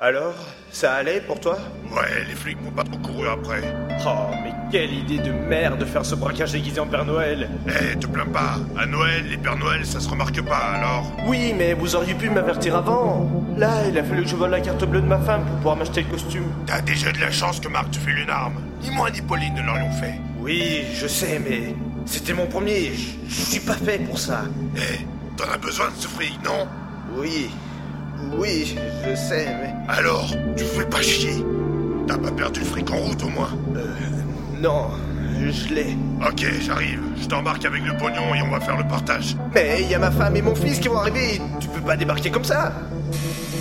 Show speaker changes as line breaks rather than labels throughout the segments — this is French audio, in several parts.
Alors, ça allait pour toi
Ouais, les flics m'ont pas trop couru après.
Oh, mais quelle idée de merde de faire ce braquage déguisé en Père Noël
Eh, te plains pas. À Noël, les Pères Noël, ça se remarque pas, alors.
Oui, mais vous auriez pu m'avertir avant. Là, il a fallu que je vole la carte bleue de ma femme pour pouvoir m'acheter le costume.
T'as déjà de la chance que Marc te file une arme. Ni moi ni Pauline ne l'aurions fait.
Oui, je sais, mais c'était mon premier. Je- Je suis pas fait pour ça.
Eh, t'en as besoin de ce fric, non
Oui, oui, je sais, mais...
Alors, tu fais pas chier. T'as pas perdu le fric en route, au moins.
Non, je l'ai.
Ok, j'arrive. Je t'embarque avec le pognon et on va faire le partage.
Mais il y a ma femme et mon fils qui vont arriver. Tu peux pas débarquer comme ça.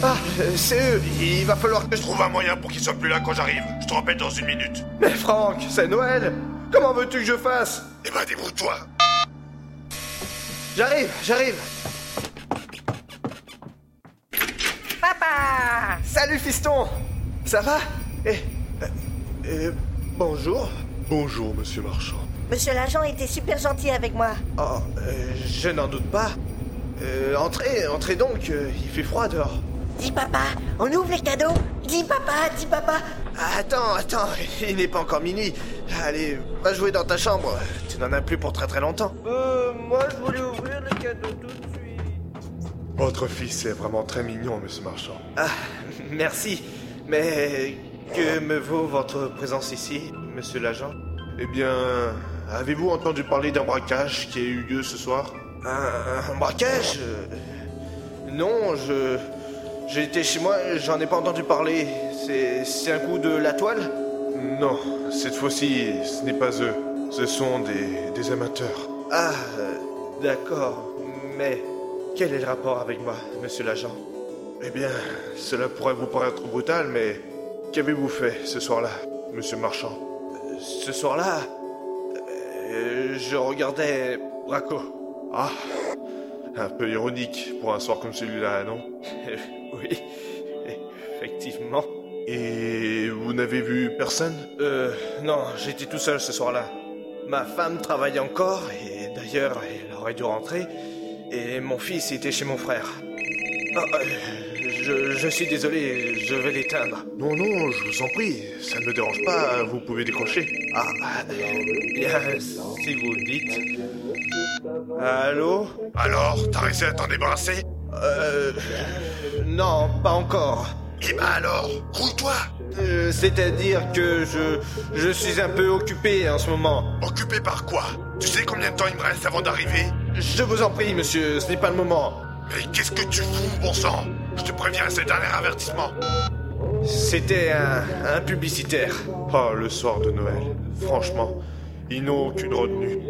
Ah, euh, c'est eux. Il va falloir que je...
Je trouve un moyen pour qu'ils soient plus là quand j'arrive. Je te rappelle dans une minute.
Mais Franck, c'est Noël. Comment veux-tu que je fasse
Eh ben, débrouille-toi.
J'arrive, j'arrive.
Papa
Salut fiston. Ça va Eh, euh, euh, bonjour.
Bonjour, monsieur Marchand.
Monsieur l'agent était super gentil avec moi.
Oh, euh, je n'en doute pas. Euh, entrez, entrez donc. euh, il fait froid dehors.
Dis papa, on ouvre les cadeaux Dis papa, dis papa
Ah, Attends, attends, il n'est pas encore minuit. Allez, va jouer dans ta chambre. Tu n'en as plus pour très très longtemps.
Euh, moi je voulais ouvrir le cadeau tout de suite.
Votre fils est vraiment très mignon, monsieur Marchand.
Ah, merci. Mais que me vaut votre présence ici, monsieur l'agent
Eh bien, avez-vous entendu parler d'un braquage qui a eu lieu ce soir
un, un braquage euh, Non, je. J'ai été chez moi, j'en ai pas entendu parler. C'est c'est un coup de la toile
Non, cette fois-ci, ce n'est pas eux. Ce sont des, des amateurs.
Ah, euh, d'accord. Mais quel est le rapport avec moi, monsieur l'agent
Eh bien, cela pourrait vous paraître brutal, mais qu'avez-vous fait ce soir-là, monsieur Marchand
Ce soir-là, euh, je regardais Braco.
Ah, un peu ironique pour un soir comme celui-là, non
Euh, oui, effectivement.
Et vous n'avez vu personne
Euh, non, j'étais tout seul ce soir-là. Ma femme travaillait encore, et d'ailleurs, elle aurait dû rentrer, et mon fils était chez mon frère. Ah, euh, je, je suis désolé, je vais l'éteindre.
Non, non, je vous en prie, ça ne me dérange pas, vous pouvez décrocher.
Ah, euh, bien, si vous le dites. Allô
Alors, t'as réussi à t'en débarrasser
Euh, non, pas encore.
Eh ben alors, grouille-toi
Euh, C'est-à-dire que je, je suis un peu occupé en ce moment.
Occupé par quoi Tu sais combien de temps il me reste avant d'arriver
Je vous en prie, monsieur, ce n'est pas le moment.
Mais qu'est-ce que tu fous, bon sang Je te préviens, c'est le dernier avertissement.
C'était un, un publicitaire. Oh,
Ah, le soir de Noël. Franchement, ils n'ont aucune retenue.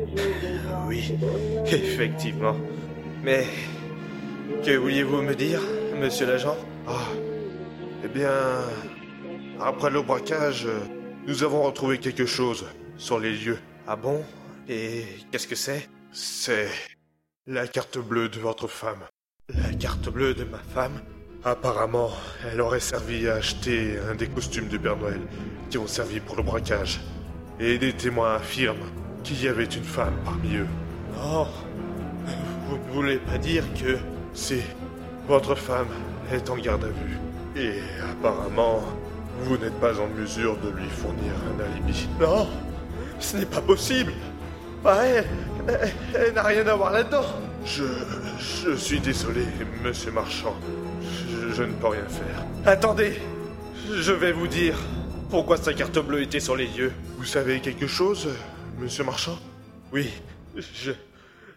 Oui, effectivement. Mais que vouliez-vous me dire, monsieur l'agent
Ah, eh bien, après le braquage, euh, nous avons retrouvé quelque chose sur les lieux.
Ah bon Et qu'est-ce que c'est
C'est la carte bleue de votre femme.
La carte bleue de ma femme
Apparemment, elle aurait servi à acheter un des costumes de Père Noël qui ont servi pour le braquage. Et des témoins affirment qu'il y avait une femme parmi eux. Oh,
Non, vous ne voulez pas dire que...
Si, votre femme est en garde à vue. Et apparemment, vous n'êtes pas en mesure de lui fournir un alibi.
Non, ce n'est pas possible. Bah, elle, elle- elle n'a rien à voir là-dedans.
Je. Je suis désolé, monsieur Marchand. Je, je ne peux rien faire.
Attendez, je vais vous dire pourquoi sa carte bleue était sur les lieux.
Vous savez quelque chose, monsieur Marchand
Oui, je...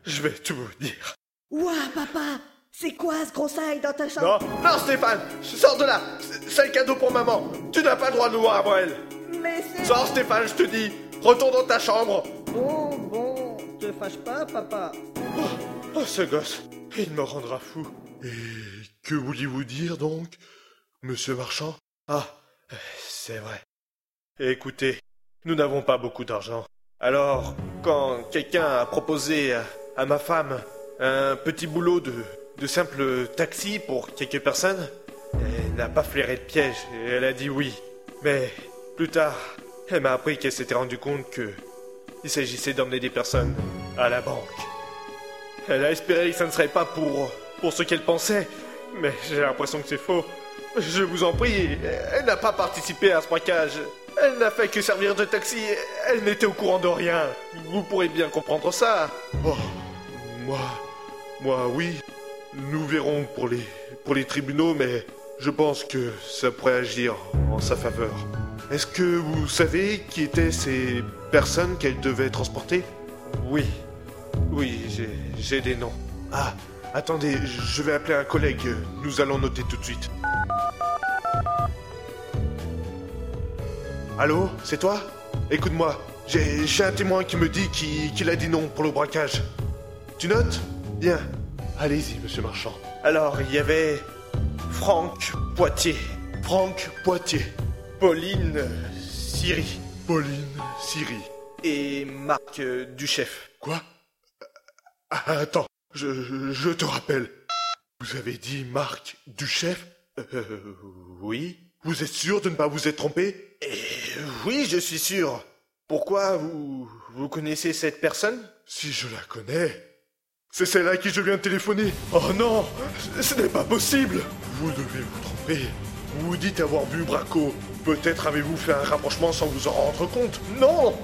Je vais tout vous dire.
Ouah papa C'est quoi ce gros sac dans ta chambre
Non, non Stéphane, sors de là. C'est- C'est le cadeau pour maman. Tu n'as pas le droit de le voir avant elle.
Mais c'est
Sors Stéphane, je te dis. Retourne dans ta chambre.
bon, bon, te fâche pas papa.
Oh ce gosse, il me rendra fou.
Et que vouliez-vous dire donc, monsieur Marchand
Ah, euh, c'est vrai. Écoutez, nous n'avons pas beaucoup d'argent. Alors, quand quelqu'un a proposé à, à ma femme un petit boulot de, de simple taxi pour quelques personnes, elle n'a pas flairé le piège et elle a dit oui. Mais plus tard, elle m'a appris qu'elle s'était rendue compte que il s'agissait d'emmener des personnes à la banque. Elle a espéré que ça ne serait pas pour, pour ce qu'elle pensait, mais j'ai l'impression que c'est faux. Je vous en prie, elle n'a pas participé à ce braquage. Elle n'a fait que servir de taxi. Elle n'était au courant de rien. Vous pourrez bien comprendre ça.
Oh, moi, moi, oui. Nous verrons pour les, pour les tribunaux, mais je pense que ça pourrait agir en sa faveur. Est-ce que vous savez qui étaient ces personnes qu'elle devait transporter
Oui. Oui, j'ai- j'ai des noms.
Ah, attendez, je vais appeler un collègue. Nous allons noter tout de suite. Allô, c'est toi Écoute-moi, j'ai j'ai un témoin qui me dit qu'il qu'il a dit non pour le braquage. Tu notes Bien. Allez-y, monsieur Marchand.
Alors, il y avait Franck Poitier,
Franck Poitier,
Pauline Siri
Pauline Siri.
et Marc euh, Duchef.
Quoi Ah, Attends, je, je- je te rappelle. Vous avez dit Marc Duchef
Euh, oui
Vous êtes sûr de ne pas vous être trompé
Euh, Oui, je suis sûr. Pourquoi vous, vous connaissez cette personne
Si je la connais, c'est celle à qui je viens de téléphoner. Oh non, ce- ce n'est pas possible. Vous devez vous tromper. Vous dites avoir vu Braco. Peut-être avez-vous fait un rapprochement sans vous en rendre compte. Non,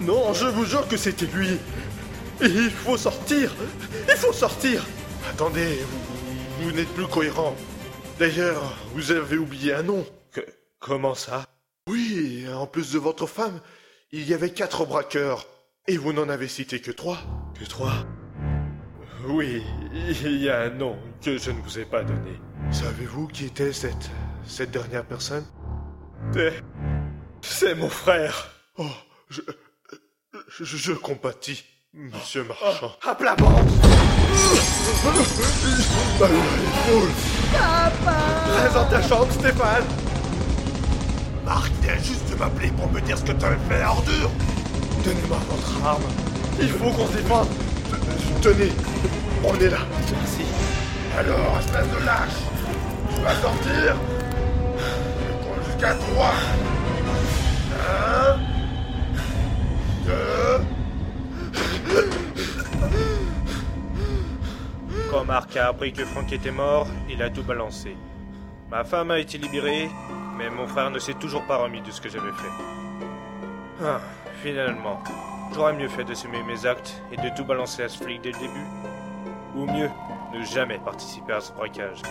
non, je vous jure que c'était lui. Il faut sortir, il faut sortir. Attendez, vous, vous n'êtes plus cohérent. D'ailleurs, vous avez oublié un nom.
Que- Comment ça
Oui, en plus de votre femme, il y avait quatre braqueurs. Et vous n'en avez cité que trois.
Que trois Oui, il y a un nom que je ne vous ai pas donné.
Savez-vous qui était cette, cette dernière personne
C'est- C'est mon frère.
Oh, je, je, je compatis, monsieur Marchand.
À plat ventre. Présente ta chambre, Stéphane
Marc vient juste de m'appeler pour me dire ce que t'avais fait, ordure
Donnez-moi votre arme.
Il faut qu'on se défende
Tenez, on est là.
Merci.
Alors, espèce de lâche Tu vas sortir Je compte jusqu'à trois
Quand Marc a appris que Franck était mort, il a tout balancé. Ma femme a été libérée, mais mon frère ne s'est toujours pas remis de ce que j'avais fait. Ah, finalement, j'aurais mieux fait de semer mes actes et de tout balancer à ce flic dès le début. Ou mieux, ne jamais participer à ce braquage.